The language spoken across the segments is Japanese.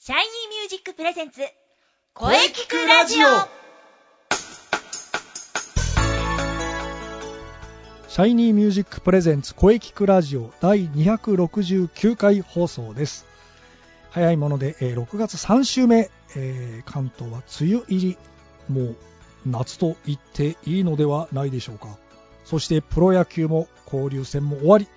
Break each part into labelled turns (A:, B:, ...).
A: シャイニーミュージックプレゼンツ
B: 声聞くラジオ
C: シャイニーミュージックプレゼンツ声聞くラジオ第269回放送です。早いもので、えー6月3週目、えー関東は梅雨入り、もう夏と言っていいのではないでしょうか。そしてプロ野球も交流戦も終わり、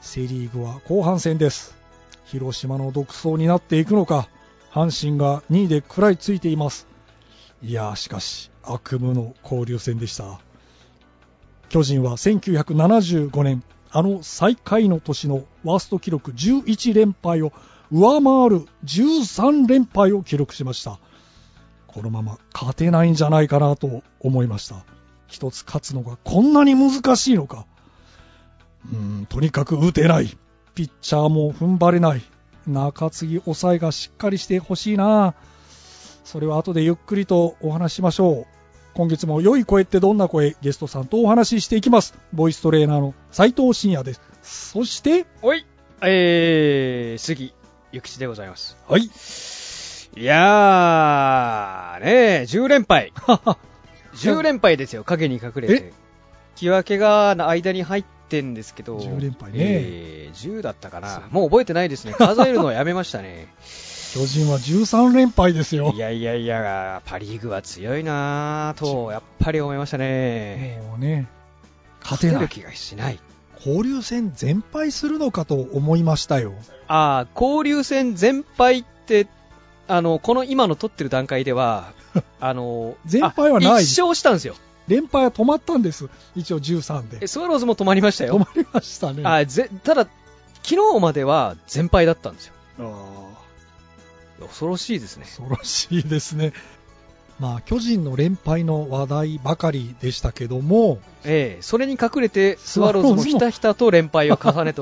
C: セ・リーグは後半戦です。広島の独走になっていくのか、阪神が2位で食らいついています。いやーしかし、悪夢の交流戦でした。巨人は1975年あの最下位の年のワースト記録11連敗を上回る13連敗を記録しましたこのまま勝てないんじゃないかなと思いました一つ勝つのがこんなに難しいのかうーんとにかく打てないピッチャーも踏ん張れない中継ぎ抑えがしっかりしてほしいなそれは後でゆっくりとお話ししましょう今月も良い声ってどんな声ゲストさんとお話ししていきますボイストレーナーの斉藤真也ですそして
B: おい、えー、杉、ゆきちでございます。
C: はい
B: いやー、ねえ、10連 敗。10連敗ですよ、影に隠れて
C: え。
B: 気分けが間に入ってんですけど、
C: 10連敗ね
B: えー、10だったかな。もう覚えてないですね。数えるのをやめまし たね。
C: 巨人は13連敗ですよ
B: いやいやいや、パ・リーグは強いなーと、やっぱり思いましたね。
C: もうね勝て
B: 出
C: な
B: る
C: い
B: 気がしない。
C: 交流戦全敗するのかと思いましたよ
B: ああ、交流戦全敗って、あの、この今の取ってる段階 では、あの、
C: 全敗はない
B: あ一勝したんですよ。
C: 連敗は止まったんです一応13
B: え
C: で
B: スワローズも止まりました
C: 止
B: よ。
C: まりましたね
B: あぜただ、昨日までは全敗だったんですよ。
C: あー
B: 恐ろしいですね。
C: 恐ろしいですねまあ巨人の連敗の話題ばかりでしたけども
B: ええそれに隠れて、スワローズもひたひたと連敗を 重ねて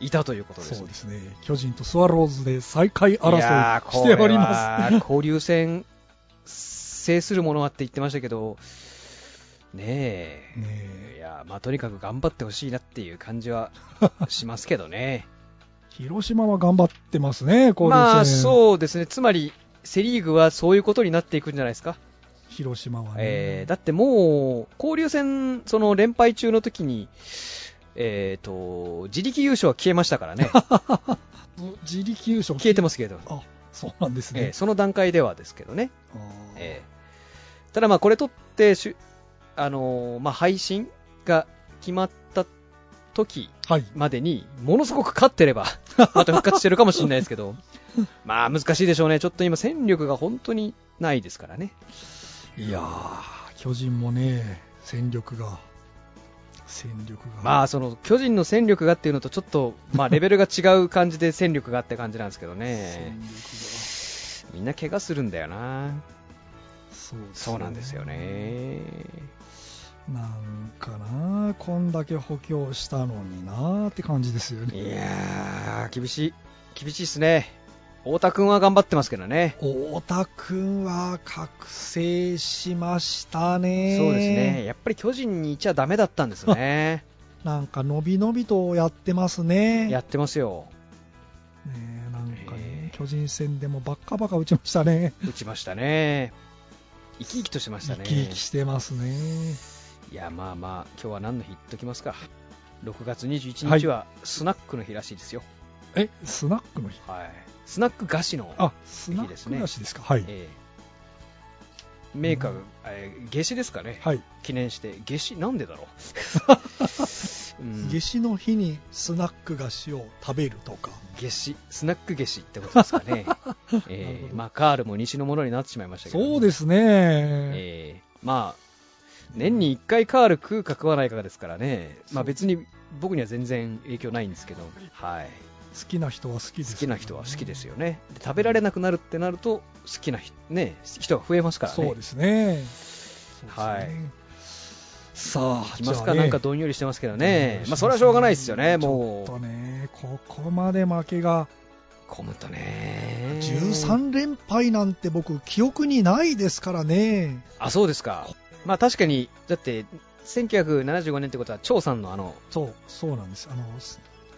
B: いたということです
C: そう
B: ね。
C: ですね巨人とスワローズで最下位
B: いや
C: 争
B: ー
C: いしており
B: これ
C: ま
B: は交流戦、制するものはって言ってましたけど、ねえ
C: す。ねえ
B: いやーまあとにかく頑張ってほしいなっていう感じは しますけどね。
C: 広島は頑張ってますね、交流戦、
B: まあそうですね、つまりセ・リーグはそういうことになっていくんじゃないですか。
C: 広島はね、
B: えーだってもう交流戦、その連敗中の時に、えー、と自力優勝は消えまし たからね、
C: 自力優勝
B: 消えてますけど、
C: あそうなんです
B: えー
C: ね、
B: その段階ではですけどね。
C: あー
B: えーただまあこれ取ってしゅ、あのーまあ、配信が決まった時
C: はい、
B: までに、ものすごく勝ってれ ば、また復活してるかもしれないですけど、まあ難しいでしょうね、ちょっと今、戦力が本当にないですからね、
C: いやー、巨人もね、戦力が、戦力が、
B: まあその巨人の戦力がっていうのと、ちょっとまあレベルが違う感じで戦力がって感じなんですけど
C: 戦
B: ね、
C: 力が
B: みんな怪我するんだよな、
C: そう
B: そうなんですよ。ね、
C: なんかな、こんだけ補強したのになーって感じですよ
B: い
C: ね。
B: やー、厳しい、厳しいですね、太田君は頑張ってますけどね。
C: 太田君は覚醒しましたね。
B: そうですね。やっぱり巨人にいちゃダメだったんです ね。
C: なんか伸び伸びとやってますね。
B: やってますよ。
C: ねえなんかね、
B: えー
C: 巨人戦でもバッカバカ打ちましたね。
B: 打ちましたね。生き生きとしました
C: 生
B: ね。
C: き生きしてますね。
B: いや、まあまあ、今日は何の日言っときますか。6月21日はスナックの日らしいですよ。
C: え、スナックの日
B: はい。スナック菓子の、
C: あ、スナックなしですか。はい。
B: えーメーカーが、えー夏至ですかね。
C: はい。
B: 記念して。夏至、なんでだ ろう。うん
C: 夏至の日にスナック菓子を食べるとか。
B: 夏至、スナック夏至ってことですか ね。
C: なる
B: え
C: ほ
B: ー
C: ど
B: まあ、カールも西のものになってしまいましたけどね、
C: そうですね。
B: ええまあ、年に1回カール食うか食わないかですからね、まあ、別に僕には全然影響ないんですけど、はい、
C: 好きな人は好きで
B: 好
C: す、
B: きな人は好きですよね、で食べられなくなるってなると、好きな人,、ね、人が増えますからね、
C: そうですね。
B: はい
C: そうですね。さあ、
B: います
C: じゃ
B: か、
C: あね
B: なんかどんよりしてますけど
C: どんよ
B: ね
C: りし、
B: まあ、
C: ます
B: それはしょうがないですよね、
C: ちょっ
B: も
C: とね、ここまで負けが
B: う、混むとね、
C: 13連敗なんて僕、記憶にないですからね。
B: あ、そうですか、まあ確かに、だって、1975年ってことは、張さんのあの、
C: そう、そうなんです。あの、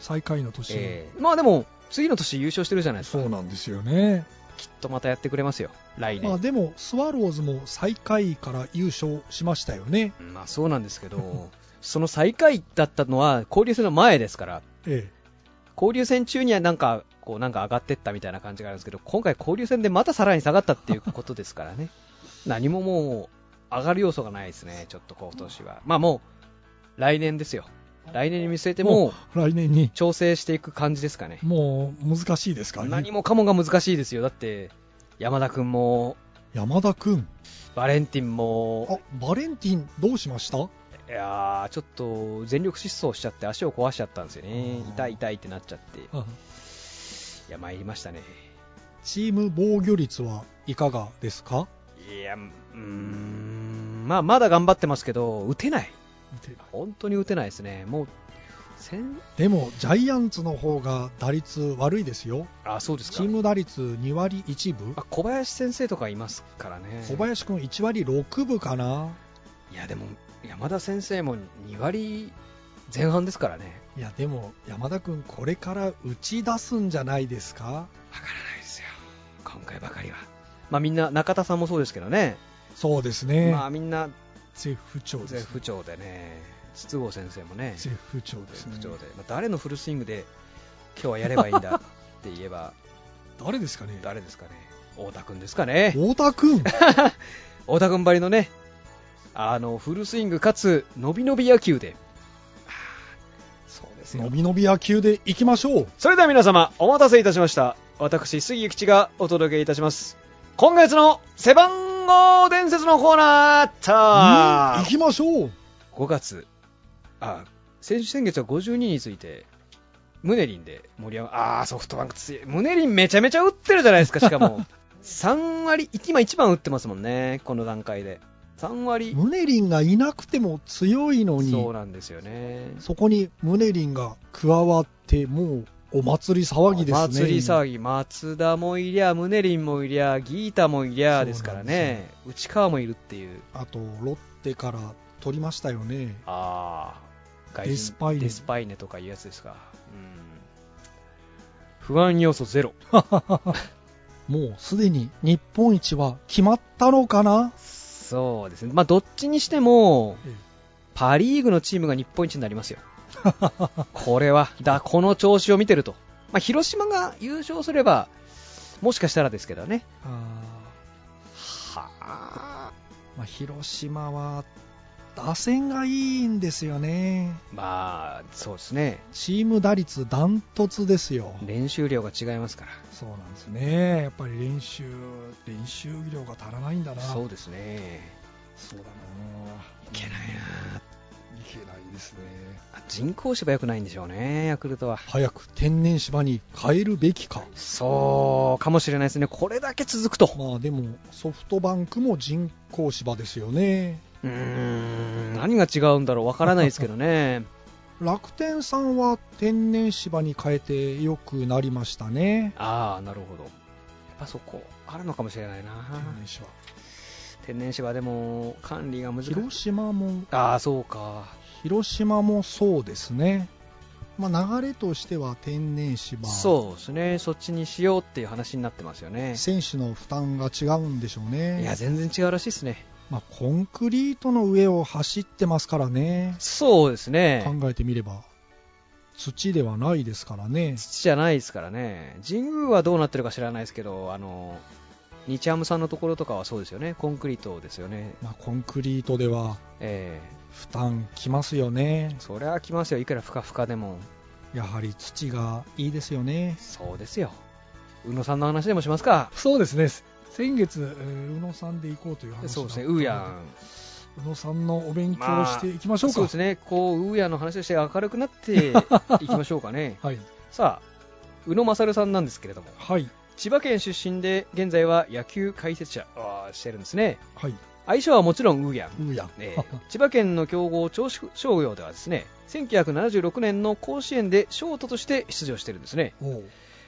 C: 最下位の年、
B: ええまあでも、次の年優勝してるじゃないですか。
C: そうなんですよね、
B: きっとまたやってくれますよ。来年。
C: まあ、でもスワローズも最下位から優勝しましたよね、
B: まあそうなんですけど、 その最下位だったのは交流戦の前ですから、
C: え
B: 交流戦中にはなんか、こうなんか上がってったみたいな感じがあるんですけど、今回交流戦でまたさらに下がったっていうことですからね。 何ももう上がる要素がないですね、ちょっと今年は。まあもう、来年ですよ。来年に見据え
C: え
B: ても、
C: う来年に
B: 調整していく感じですかね。
C: もう難しいですから
B: 何
C: ね、
B: もかもが難しいですよ。だって、山田君も、
C: 山田君、
B: バレンティン
C: あ
B: も、
C: バレンティン、どうしました
B: いやー、ちょっと全力疾走しちゃって足を壊しちゃったんですよね。
C: うん
B: 痛い痛いってなっちゃって。いや、参りましたね。
C: チーム防御率はいかがですか
B: いや、うーん、まあ、まだ頑張ってますけど、打てない。本当に打てないですね。もう、先、
C: でもジャイアンツの方が打率悪いですよ、
B: あ、そうですか。
C: チーム打率2割1分
B: ま、あ、小林先生とかいますからね。
C: 小林君1割6分かな、
B: いや、でも、山田先生も2割前半ですからね。
C: いやでも山田君、これから打ち出すんじゃないですか、
B: わからないですよ。今回ばかりは。まあ、みんな、中田さんもそうですけどね。
C: そうですね、
B: まあ、みんな、
C: ゼフ長で
B: 絶
C: すね
B: 不、調でね。筒香先生もね。
C: ゼフ長ですね
B: 不、調で、まあ、誰のフルスイングで今日はやればいいん だって言えば
C: 誰ですかね、
B: 誰ですかね太田君ですかね
C: 太田君、
B: 太田君ばりのねあのフルスイングかつ伸び伸び野球であーそうです
C: 伸
B: よ
C: び伸び野球でいきましょう、
B: それでは皆様お待たせいたしました私杉ゆきちがお届けいたします今月の背番号伝説のコーナー
C: うん
B: た
C: いきましょう、
B: 5月あ先先月は52についてムネリンで盛り上があーソフトバンク強いムネリンめちゃめちゃ打ってるじゃないですかし かも3割今一番打ってますもんねこの段階で3割
C: ムネリンがいなくても強いのに。
B: そうなんですよね
C: そこにムネリンが加わって、もうお祭り騒ぎですね。
B: 祭り騒ぎ松田もいりゃムネリンもいりゃギータもいりゃですからね内川もいるっていう
C: あと、ロッテから取りましたよね。
B: ああ
C: デスパイネ
B: デスパイネとかいうやつですかうん不安要素ゼロ
C: もうすでに日本一は決まったのかな
B: そうですね、まあ、どっちにしても
C: ええ、
B: パ・リーグのチームが日本一になり ますよ、これは、だこの調子を見てると、まあ、広島が優勝すれば、もしかしたらですけどね、
C: あ
B: はあ、
C: ーまあ、広島は打線がいいんですよね。
B: まあ、そうですね、
C: チーム打率ダントツですよ。
B: 練習量が違いますか
C: そうなんですね。やっぱり練習、練習量が足らないんだな。
B: ら、そうですね、
C: そうだな。
B: いけないな、
C: いけないですね。
B: あ人工芝良くないんでしょうね、ヤクルトは。
C: 早く天然芝に変えるべきか。
B: そうかもしれないですね、これだけ続くと。
C: まあでもソフトバンクも人工芝ですよね
B: うーん何が違うんだろう、わからないですけど ね。
C: 楽天さんは天然芝に変えて良くなりましたね
B: ああなるほどやっぱそこあるのかもしれないな
C: 天然芝
B: 天然芝でも管理が難しい
C: 広島も
B: ああそうか
C: 広島もそうですねまあ流れとしては天然芝
B: そうですねそっちにしようっていう話になってますよね
C: 選手の負担が違うんでしょう
B: いや
C: ね、
B: 全然違うらしいですね
C: まあ、コンクリートの上を走ってますからね
B: そうですね
C: 考えてみれば土ではないですからね
B: 土じゃないですからね神宮はどうなってるか知らないですけどあの日ハムさんのところとかはそうですよねコンクリートですよね
C: まあ、コンクリートでは
B: え
C: 負担きますよね
B: えそりゃ来ますよいくらふかふかでも
C: やはり土がいいですよね
B: そうですよ宇野さんの話でもしますか
C: そうですね先月、えー宇野さんで行こうという話だった
B: そう
C: の
B: ですねうーやん
C: 宇野さんのお勉強をしていきましょうか、。
B: そうですね、こう、ウーヤの話をして明るくな っていきましょうかね
C: はい、
B: さあ、宇野勝さんなんですけれども、
C: はい
B: 千葉県出身で、現在は野球解説者あーしてるんですね。
C: はい
B: 相性はもちろんウーヤン。
C: う ーやん、
B: えー千葉県の強豪銚子商業ではですね1976年の甲子園でショートとして出場してるんですね、
C: おう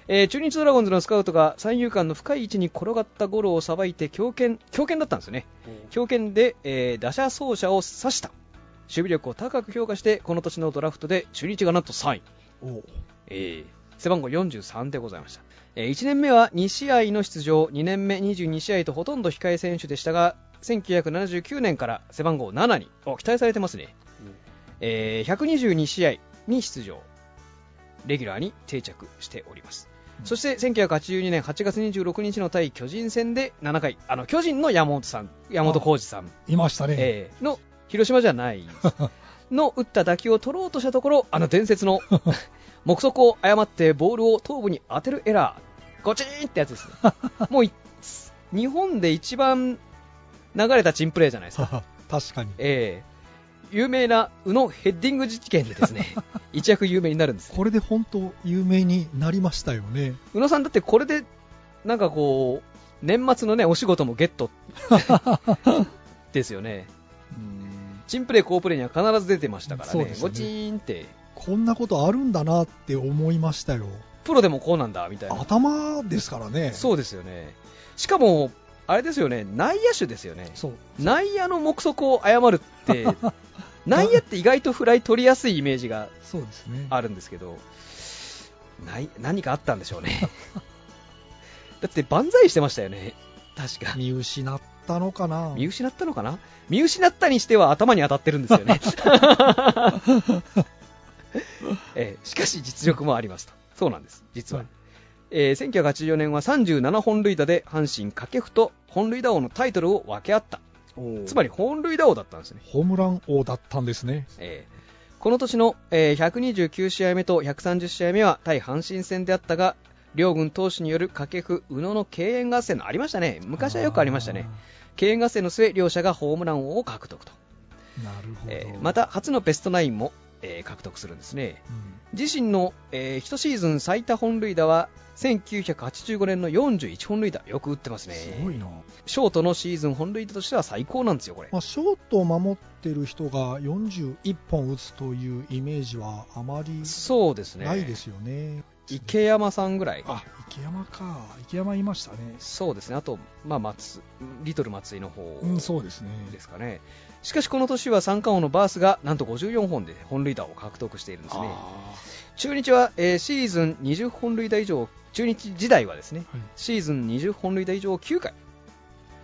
B: えー中日ドラゴンズのスカウトが三遊間の深い位置に転がったゴロをさばいて強肩強肩だったんですよね強肩で、えー打者走者を刺した守備力を高く評価してこの年のドラフトで中日がなんと3位、
C: おう
B: えー背番号43でございました、えー1年目は2試合の出場2年目22試合とほとんど控え選手でしたが1979年から背番号7にお期待されてますね、えー122試合に出場レギュラーに定着しております、
C: うん
B: そして1982年8月26日の対巨人戦で7回あの巨人の山本さん山本浩二さん
C: いましたね、
B: えーの広島じゃない の打った打球を取ろうとしたところあの伝説 の目測を誤ってボールを頭部に当てるエラーゴチーンってやつですね もうい日本で一番流れた珍プレ ーじゃない ですか、
C: 確かに
B: えー有名な宇野ヘッディング事件でです ね一躍有名になるんです
C: これで本当有名になりましたよね
B: 宇野さんだってこれでなんかこう年末のねお仕事もゲッ トですよねチンプレー、好プレーには必ず出てましたから
C: そう
B: ね、
C: ですね
B: ゴチーンって、
C: こんなことあるんだなって思いましたよ
B: プロでもこうなんだみたいな、
C: 頭ですからね
B: そうですよね、しかも、あれですよね、内野手ですよね、
C: そう
B: 内野の目測を誤る って、内野って意外とフライ取りやすいイメージが
C: そうですね
B: あるんですけど、ない何かあったんでしょうね、 だって万歳してましたよね、確か。
C: 見失ったのかな
B: 見失ったのかな見失ったにしては頭に当たってるんですよ ね、えーしかし実力もありますとそうなんです実は、
C: はい
B: えー1984年は37本塁打で阪神掛布と本塁打王のタイトルを分け合ったつま
C: り
B: り本塁打王だったんですね、
C: ホームラン王だったんですね
B: えーこの年の、えー129試合目と130試合目は対阪神戦であったが両軍投手による掛布宇野の敬遠合戦のありましたね昔はよくありましたね敬遠合戦の末両者がホームラン王を獲得と
C: あーなるほど、
B: えーまた初のベストナインも、えー獲得するんですね
C: うん
B: 自身の、え1シーズン最多本塁打は1985年の41本塁打よく打ってますね
C: すごいな、
B: ショートのシーズン本塁打としては最高なんですよこれ
C: まあ、ショートを守ってる人が41本打つというイメージはあまり
B: そうですね
C: ないですよね
B: 池山さんぐらい
C: あ池山か池山いましたね
B: そうですねあと、まあ、松リトル松井の方
C: うんそうですね
B: ですかねしかしこの年は三冠王のバースがなんと54本で本塁打を獲得しているんですね
C: あ
B: 中日は、えーシーズン20本塁打以上中日時代はですね
C: ーはい
B: シーズン20本塁打以上9回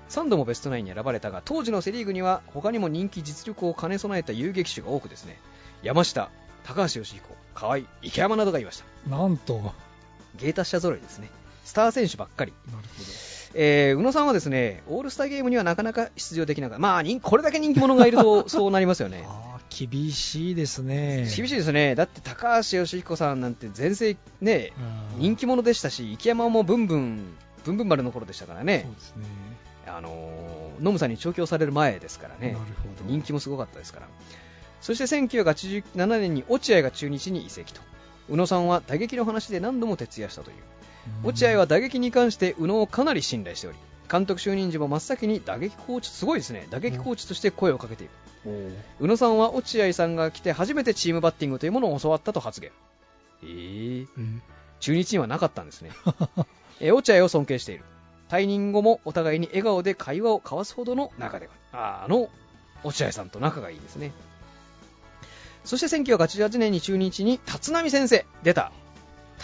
B: 3度もベストナインに選ばれたが当時のセ・リーグには他にも人気実力を兼ね備えた遊撃手が多くですね山下、高橋義彦、河合、池山などがいました
C: なんとなる
B: 芸達者揃いですねスター選手ばっかり、
C: ほど
B: えー宇野さんはですねオールスターゲームにはなかなか出場できなかった、まあ、人これだけ人気者がいる とそうなりますよね
C: あー厳しいですね
B: 厳し
C: い
B: いですねだって高橋義彦さんなんて全盛ね人
C: 気
B: 気者でしたし池山もブンブンブンブン丸の頃でしたからね
C: そうですね
B: あのーノムさんに調教される前ですからね
C: なるほど
B: 人気もすごかったですからそして1987年に落合が中日に移籍と宇野さんは打撃の話で何度も徹夜したという
C: うん
B: 落合は打撃に関して宇野をかなり信頼しており監督就任時も真っ先に打撃コーチすごいですね打撃コーチとして声をかけている
C: おー
B: 宇野さんは落合さんが来て初めてチームバッティングというものを教わったと発言えー中日にはなかったんですね えー落合を尊敬している退任後もお互いに笑顔で会話を交わすほどの仲ではあーあの落合さんと仲がいいですねそして1988年に中日に立浪先生出た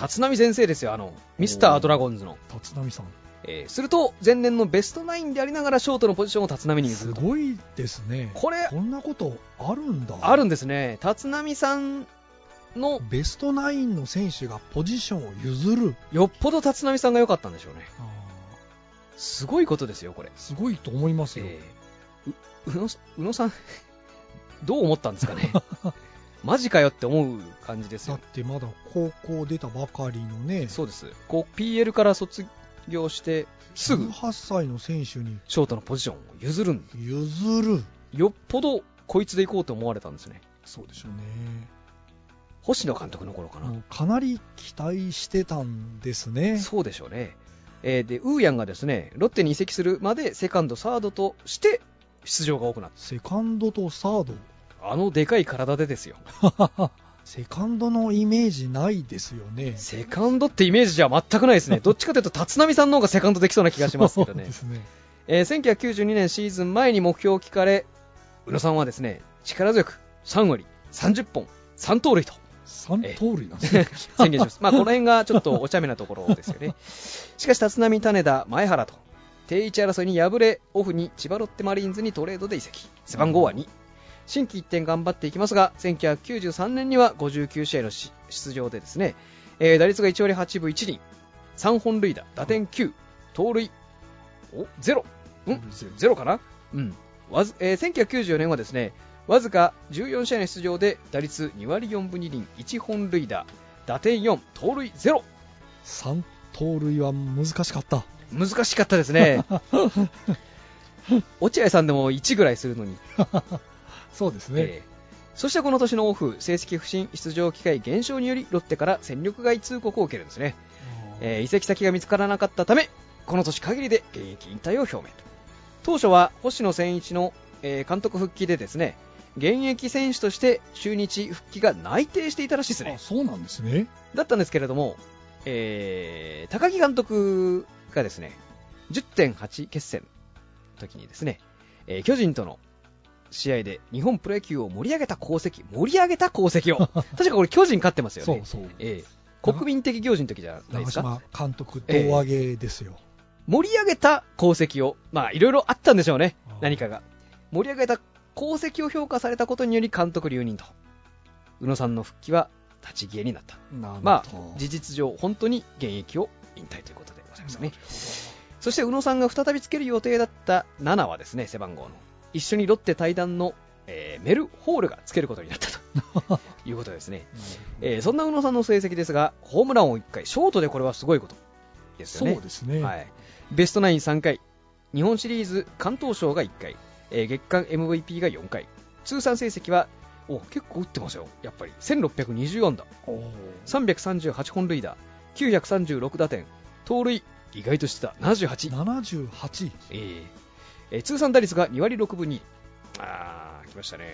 B: 立浪先生ですよあのミスタードラゴンズの、
C: 立浪さん
B: えーすると前年のベストナインでありながらショートのポジションを立浪に譲
C: す
B: ると
C: ごいですね
B: これ
C: こんなことあるんだ
B: あるんですね立浪さんの
C: ベストナインの選手がポジションを譲る
B: よっぽど立浪さんが良かったんでしょうねすごいことですよこれ
C: すごいと思いますよ、
B: ええう宇野さん宇野さん どう思ったんですか ねマジかよって思う感じです
C: だ
B: よ
C: ってまだ高校出たばかりのね
B: そうですこう PL から卒業してすぐ
C: 18歳の選手に
B: ショートのポジションを譲るん
C: 譲る
B: よっぽどこいつで行こうと思われたんですね
C: そうでしょう
B: 星野監督の頃かな、
C: ねかなり期待してたんですね
B: そうでしょうね、えーでウーヤンがですねロッテに移籍するまでセカンドサードとして出場が多くなった
C: セカンドとサード
B: あのでかい体でですよ
C: セカンドのイメージないですよね
B: セカンドってイメージじゃ全くないですねどっちかというと立浪さんの方がセカンドできそうな気がしますけど
C: そう
B: ね
C: ですね
B: えー1992年シーズン前に目標を聞かれ、宇野さんはですね、力強く3割、30本、3盗塁と、
C: 3盗塁なんですね。
B: 宣言します。まあ、この辺がちょっとお茶目なところですよね。しかし、立浪、種田、前原と、定位置争いに敗れ、オフに千葉ロッテマリーンズにトレードで移籍。背番号は2。心機一転頑張っていきますが、1993年には59試合のし出場でですね、えー打率が1割8分1厘、3本塁打、打点9、盗塁、お、0。う
C: 盗塁
B: ん
C: ゼロ
B: ゼロかなうん。わず、えー1994年はですね、わずか14試合の出場で打率2割4分2厘、1本塁打、打点4、盗塁0。
C: 3盗塁は難しかった。
B: 難しかったです ね。落合さんでも1ぐらいするのに。
C: そうですね。
B: えーそしてこの年のオフ、成績不振、出場機会減少により、ロッテから戦力外通告を受けるんですね。えー移籍先が見つからなかったため、この年限りで現役引退を表明と。当初は星野千一の、えー監督復帰でですね、現役選手として中日復帰が内定していたらしいですね
C: あ。そうなんですね。
B: だったんですけれども、えー高木監督がですね、10.8決戦の時にですね、えー巨人との試合で日本プロ野球を盛り上げた功績、盛り上げた功 績を、確かこれ巨人勝ってますよ
C: そう
B: ね。
C: そう。
B: えー国民的行事の時じゃないで
C: 長
B: すか。
C: 嶋監督胴上げですよ。
B: 盛り上げた功績を、まあいろいろあったんでしょうね
C: あー、
B: 何かが。盛り上げた功績を評価されたことにより監督留任と。宇野さんの復帰は立ち消えになった。
C: なんと
B: まあ、事実上、本当に現役を引退ということでございますね。そして、宇野さんが再びつける予定だった7はですね、背番号の。一緒にロッテ対談の、えーメル・ホールがつけることになったということですね。えーそんな宇野さんの成績ですが、ホームランを1回、ショートでこれはすごいことですよね。
C: そうですね。
B: はい、ベストナイン3回、日本シリーズ関東賞が1回、えー月間 MVP が4回、通算成績は、お結構打ってますよ、やっぱり1620安打。
C: おー
B: 338本塁打936打点盗塁意外としてた78、
C: 78。
B: えーえー通算打率が2割6分2あー来ましたね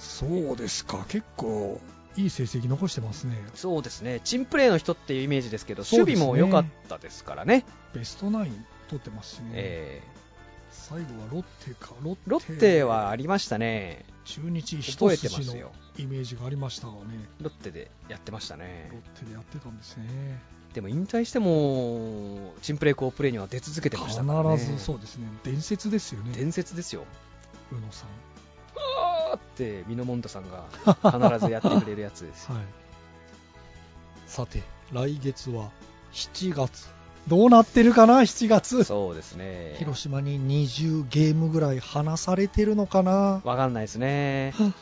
C: そうですか。結構いい成績残してますね。
B: そうですねチンプレーの人っていうイメージですけど
C: そうで
B: 守
C: すね
B: 備も良かったですからね、
C: ベストナイン取ってますしね。
B: え
C: 最後はロッテか。ロッテ
B: ーロッテはありましたね
C: 中日一
B: 覚えてます
C: 筋の
B: よ
C: イメージがありましたがね。
B: ロッテでやってました
C: ロ
B: ね
C: ッテでやってたんですね。
B: でも引退してもチンプレー好プレーには出続けてましたから、ね、
C: 必ずそうですね。伝説ですよね。
B: 伝説ですよ
C: 宇野さん。
B: あーってミノモンタさんが必ずやってくれるや つですよ
C: はい、さて来月は7月どうなってるかな7月
B: そうですね。
C: 広島に20ゲームぐらい離されてるのか な
B: わかんないですね
C: は。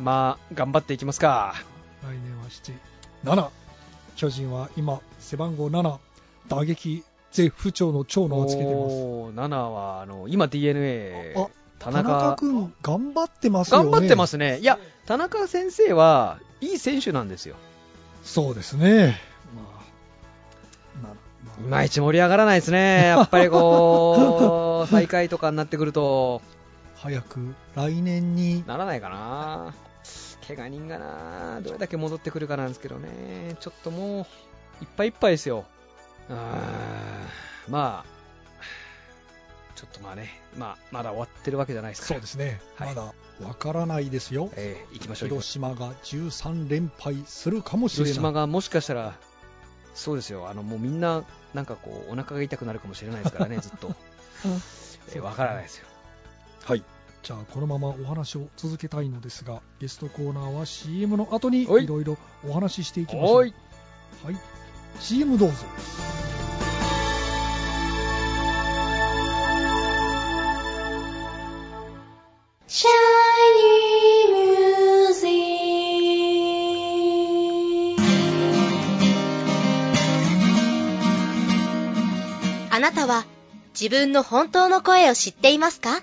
B: まあ、頑張っていきますか。
C: 来年は77巨人は今背番号7打撃絶不調の長野をつけてます
B: おー7は、あの、今 DNA
C: あ、
B: 田
C: 田
B: 中、
C: 中君頑張ってますよね
B: 頑張ってますね。いや、田中先生は、いい選手なんですよ。
C: そうですねまあまあ
B: い
C: まあ
B: まいち盛り上がらないですね。やっぱり こう、最下位とかになってくると、
C: 早く来年に
B: ならないかな。怪我人がな、どれだけ戻ってくるかなんですけどね。ちょっともう、いっぱいいっぱいですよ。あーまあ、ちょっとまあね、まあ、まだ終わってるわけじゃないですか
C: そう
B: ら。
C: ですね、
B: は
C: ま
B: い
C: だわからないですよ
B: えー行きましょう。
C: 広島が13連敗するかもしれ
B: 広島
C: ない。
B: がもしかしたら、そうですよ、あのもうみんな、なんかこう、お腹が痛くなるかもしれないですか らね、ずっと。えーわからないですよ。はい。
C: じゃあこのままお話を続けたいのですが、ゲストコーナーは CM の後にい
B: はい
C: ろいろお話ししていきましょう。
B: お
C: はい
B: い。、
C: CM どうぞ。
A: Shiny music. あなたは自分の本当の声を知っていますか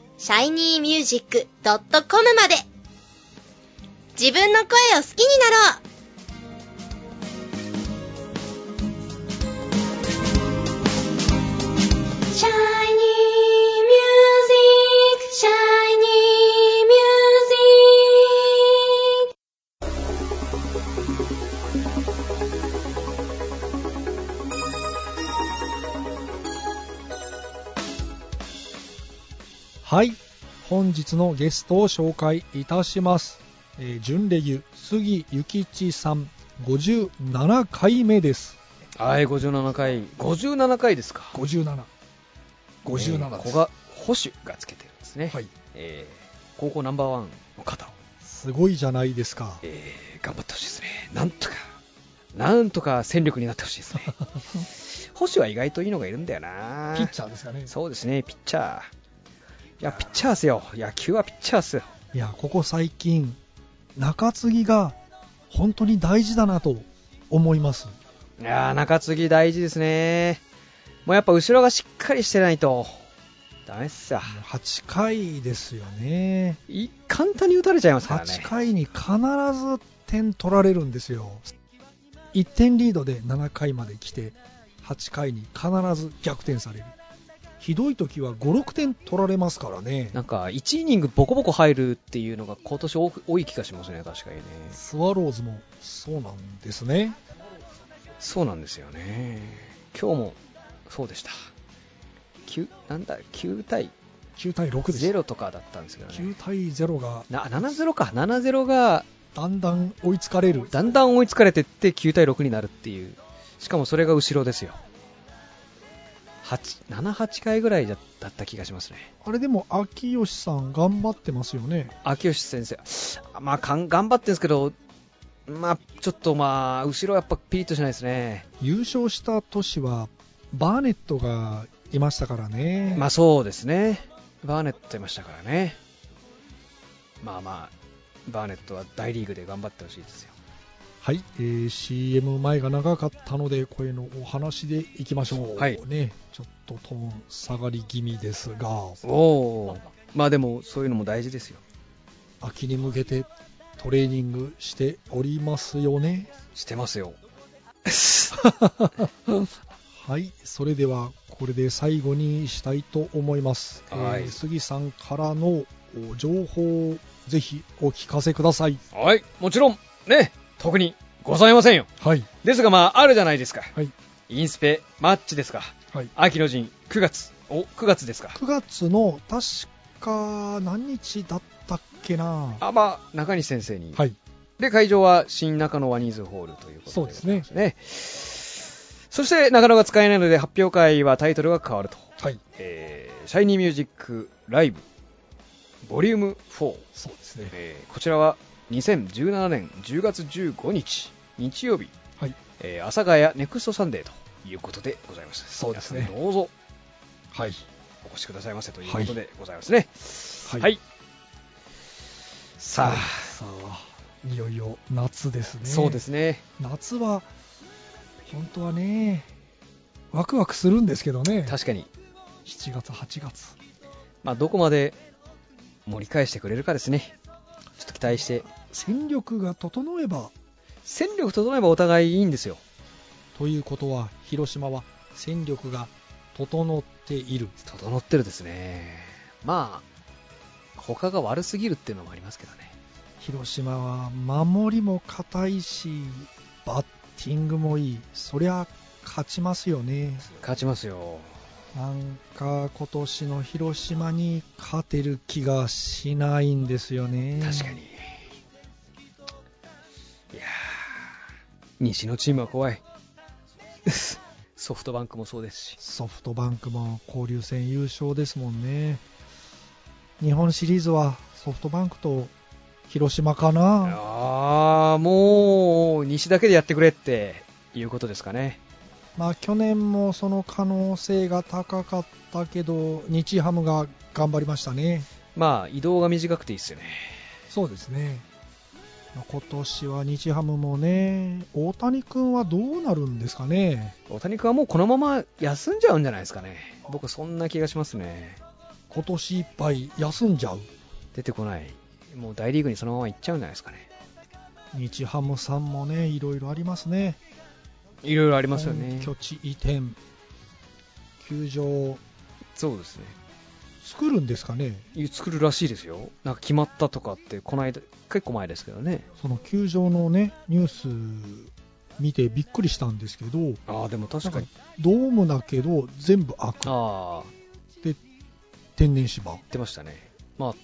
A: shinymusic.com まで自分の声を好きになろう
C: はい本日のゲストを紹介いたします、えー準レギュ杉ゆきちさん57回目です
B: はい、57回。57回ですか。
C: 5757
B: えー古賀保守がつけてるんですね。
C: はい
B: えー高校ナンバーワン の方を、
C: すごいじゃないですか
B: えー頑張ってほしいですね。なんとか、なんとか戦力になってほしいですね。 保守は意外といいのがいるんだよな。
C: ピッチャーですかね
B: そうですね、ピッチャー。いや、ピッチャーっすよ。野球はピッチャーっすよ。
C: いやここ最近中継ぎが本当に大事だなと思います
B: いやー、中継ぎ大事ですね。もうやっぱ後ろがしっかりしてないと、ダメっすよ。
C: 8回ですよね
B: い簡単に打たれちゃいますからね。
C: 8回に必ず点取られるんですよ1点リードで7回まで来て8回に必ず逆転されるひどい時は56点取られますからね
B: なんか、1イニングボコボコ入るっていうのが今年多く多い気がしますね、確かにね。
C: スワローズもそうなんですね
B: そうなんですよね。今日も、そうでした。9、なんだ、9対
C: 9対6です
B: 0とかだったんですけど
C: 9
B: ね。
C: 対0が
B: な7-0か、7-0が
C: だんだん追いつかれる
B: だんだん追いつかれてって9対6になるっていうしかもそれが後ろですよ78回ぐらいだった気がしますね
C: あれでも秋吉さん頑張ってますよね
B: 秋吉先生まあかん頑張ってるんですけどまあちょっとまあ後ろやっぱピリッとしないですね
C: 優勝した年はバーネットがいましたからね、
B: まあそうですねバーネットいましたからねまあまあバーネットは大リーグで頑張ってほしいですよ
C: はい、えー CM 前が長かったのでこれのお話でいきましょう、
B: はい
C: ね、ちょっとトーン下がり気味ですが
B: おおまあでもそういうのも大事ですよ
C: 秋に向けてトレーニングしておりますよね
B: してますよ
C: はいそれではこれで最後にしたいと思います、
B: はい
C: えー杉さんからのお情報をぜひお聞かせください
B: はい、もちろん、ね、特にございませんよ。
C: はい
B: ですが、まあ、あるじゃないですか。
C: はい
B: インスペ、マッチですか。
C: はい
B: 秋の陣、9月。お、9月ですか。
C: 9月の確か何日だったっけな
B: あ、まあ、中西先生に。
C: はい
B: で、会場は新中野ワニーズホールということで
C: そうですね
B: ございますねそして、中野が使えないので、発表会はタイトルが変わると。
C: はい
B: えー、シャイニーミュージックライブ、ボリューム4。
C: そうですね
B: えーこちらは2017年10月15日日曜日、
C: はい
B: えー阿佐ヶ谷ネクストサンデーということでございます
C: そうですね
B: 皆さんどうぞ
C: はい
B: お越しくださいませということでございますね
C: は
B: はいい、さあ、
C: はいさあいよいよ夏ですね
B: そうですね
C: 夏は本当はねワクワクするんですけどね
B: 確かに、
C: 7月8月
B: まあ、どこまで盛り返してくれるかですねちょっと期待して
C: 戦力が整えば
B: 戦力整えばお互いいいんですよ
C: ということは広島は戦力が整っている
B: 整ってるですねまあ他が悪すぎるっていうのもありますけどね
C: 広島は守りも硬いしバッティングもいいそりゃ勝ちますよね
B: 勝ちますよ
C: なんか今年の広島に勝てる気がしないんですよね
B: 確かにいやー西のチームは怖い ソフトバンクもそうですし
C: ソフトバンクも交流戦優勝ですもんね日本シリーズはソフトバンクと広島かな
B: ああもう西だけでやってくれっていうことですかね
C: まあ去年もその可能性が高かったけど日ハムが頑張りましたね
B: まあ移動が短くていいですよね
C: そうですねまあ今年は日ハムもね大谷君はどうなるんですかね
B: 大谷君はもうこのまま休んじゃうんじゃないですかね僕そんな気がしますね
C: 今年いっぱい休んじゃう
B: 出てこないもう大リーグにそのまま行っちゃうんじゃないですかね
C: 日ハムさんもねいろいろありますね
B: いろいろありますよね
C: 本拠地移転球場を
B: そうですね
C: 作るんですかね
B: 作るらしいですよなんか決まったとかってこの間結構前ですけどね
C: その球場のねニュース見てびっくりしたんですけど
B: ああでも確かに
C: ドームだけど全部開く
B: ああ
C: で天然芝。
B: ってましたね。まあ、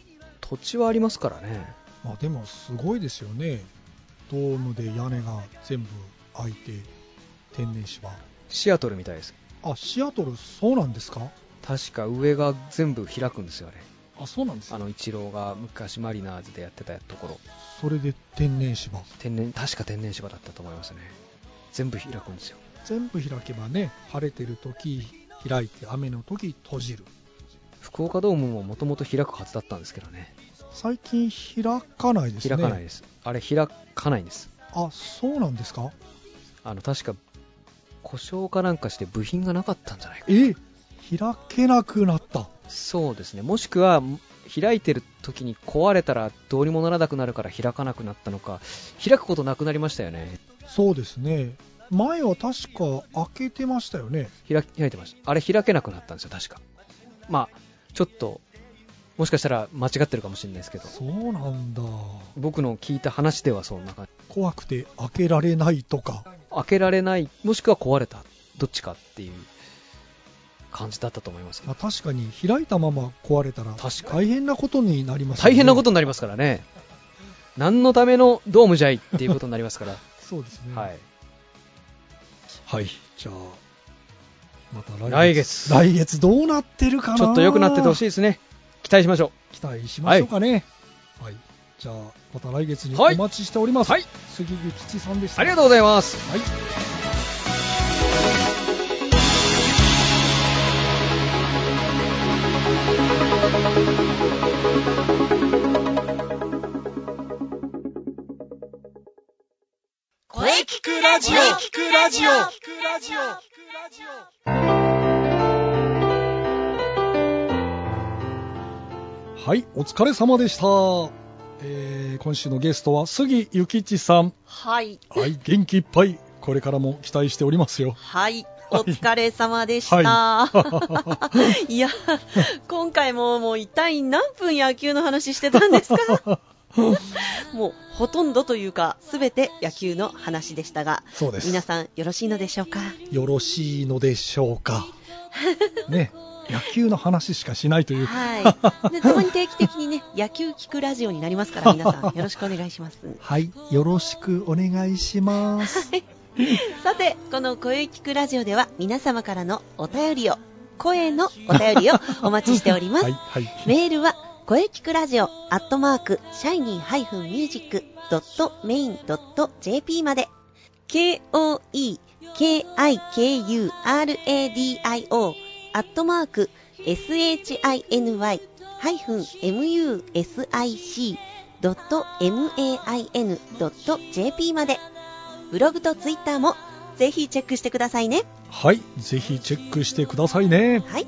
B: 土地はありますからね。
C: まあ、でもすごいですよね。ドームで屋根が全部開いて、天然芝。
B: シアトルみたいです。
C: あ、シアトルそうなんですか
B: 確か上が全部開くんですよ、あれ。
C: あ、そうなんです
B: あの、イチローが昔マリナーズでやってたところ。
C: それで天然芝。
B: 天然、確か天然芝だったと思いますね。全部開くんですよ。
C: 全部開けばね、晴れてる時開いて、雨の時閉じる。
B: 福岡ドームももともと開くはずだったんですけどね。
C: 最近開かないですね。
B: 開かないです。あれ、開かないんです。
C: あ、そうなんですか
B: あの、確か、故障かなんかして部品がなかったんじゃないか。
C: え開けなくなった。
B: そうですね。もしくは、開いてる時に壊れたらどうにもならなくなるから開かなくなったのか、開くことなくなりましたよね。
C: そうですね。前は確か開けてましたよね。
B: 開き開いてました。あれ開けなくなったんですよ、確か。まあ、ちょっと、もしかしたら間違ってるかもしれないですけど、
C: そうなんだ。
B: 僕の聞いた話ではそんな感じ。
C: 怖くて開けられないとか。
B: 開けられない、もしくは壊れた、どっちかっていう感じだったと思いますけ
C: まあ、
B: ど。
C: 確かに開いたまま壊れたら
B: 確か
C: 大変なことになりますよね
B: 大変なことになりますからね。何のためのドームじゃいっていうことになりますから。
C: そうですね
B: はい。
C: はいじゃあまた
B: 来
C: 来
B: 月
C: 月来月どうなってるかな
B: ちょっと良くなっててほしい
C: い
B: ですね。期待しましょ
C: 期待しましょうかねはい、じゃあまた来月に
B: はい
C: お待ちしております、
B: はい
C: 杉口吉さんでし
B: う。
C: た
B: ありがとうございます。
C: はい
A: 声聞くラジオ聞くラジオ聞くラジオ
C: はい、お疲れ様でした。えー今週のゲストは杉ゆきちさん。
D: はい。
C: はい、元気いっぱい。これからも期待しておりますよ。
D: はい。お疲れ様でした。、
C: はい
D: や、今回ももう一体何分野球の話してたんですか もうほとんどというか、すべて野球の話でしたが、
C: そうです。
D: 皆さんよろしいのでしょうか
C: よろしいのでしょうか。 ね、野球の話しかしないという。
D: はい。で、たまに定期的にね、野球聞くラジオになりますから、皆さんよろしくお願い します。
C: はい、よろしくお願いします。
D: さて、この声聞くラジオでは皆様からのお便りを、声のお便りをお待ちしております
C: は。い、はい。
D: メールは、声聞くラジオ、アットマーク、シャイニー -music.main.jp まで、k-o-e-k-i-k-u-r-a-d-i-o、アットマーク、shiny-music.main.jp まで、ブログとツイッターもぜひチェックしてくださいね。
C: はい、ぜひチェックしてくださいね。
D: はい。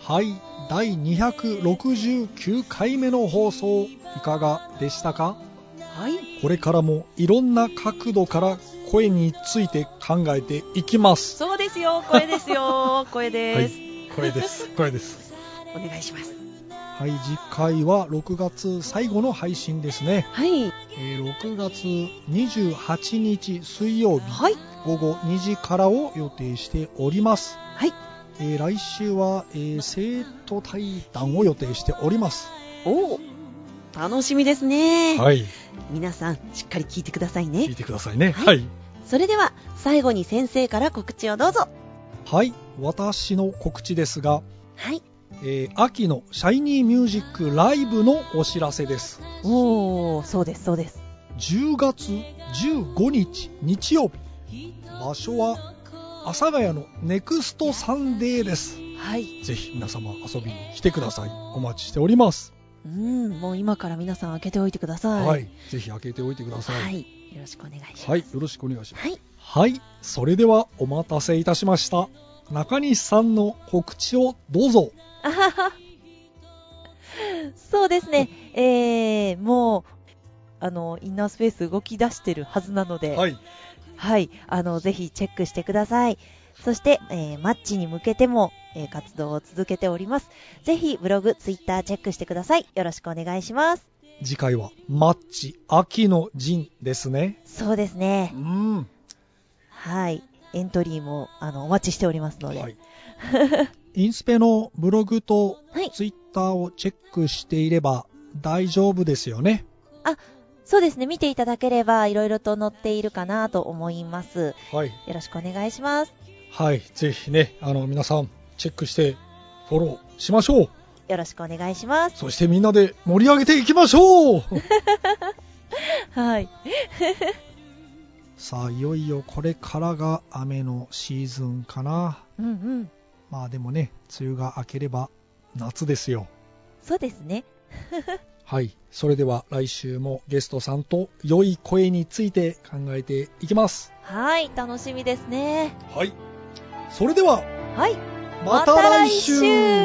C: はい、第269回目の放送、いかがでしたか
D: はい。
C: これからもいろんな角度から声について考えていきます。
D: そうですよ、声です よ、声です。、
C: 声です。声です。
D: お願いします。
C: はい、次回は6月最後の配信ですね。
D: はい。
C: えー6月28日水曜日
D: はい。
C: 午後2時からを予定しております。
D: はい。
C: えー来週は、えー生徒対談を予定しております。
D: おお楽しみですね、
C: い、
D: 皆さんしっかり聞いてくださいね
C: てくださいね。。
D: はいそれでは最後に先生から告知をどうぞ
C: はい、私の告知ですが、
D: はい
C: えー秋のシャイニーミュージックライブのお知らせです。
D: おおそうですそうです
C: 10月15日日曜日場所は阿佐ヶ谷のネクストサンデーです
D: はい
C: ぜひ皆様遊びに来てくださいお待ちしております
D: うんもう今から皆さん開けておいてくださ
C: はいい、ぜひ開けておいてください
D: は
C: はい、
D: いよろしくお願いします
C: よろしくお願いします
D: はい
C: はいそれではお待たせいたしました中西さんの告知をどうぞ
D: あはは そうですねえー、もうあのインナースペース動き出してるはずなので
C: はい
D: はい、あの、ぜひチェックしてください。そして、えーマッチに向けても、えー活動を続けております。ぜひ、ブログ、ツイッターチェックしてください。よろしくお願いします。
C: 次回はマッチ秋の陣ですね
D: そうです
C: う
D: ね。
C: んは
D: はい。エントリ ーも、あの、お待ちしておりますので。はい。
C: いインスペのブログと
D: はい
C: ツイッターをチェックしていれば大丈夫ですよね。
D: そうですね、見ていただければ、いろいろと載っているかなと思います。
C: はい。
D: よろしくお願いします。
C: はい。ぜひね、あの、皆さん、チェックして、フォローしましょう。
D: よろしくお願いします。
C: そしてみんなで盛り上げていきましょう
D: はい。
C: さあ、いよいよこれからが雨のシーズンかな。
D: うんうん。
C: まあでもね、梅雨が明ければ夏ですよ。
D: そうですね。
C: はい。それでは来週もゲストさんと良い声について考えていきます。
D: はい、楽しみですね。
C: はい。それでは、
D: はい。
C: また来週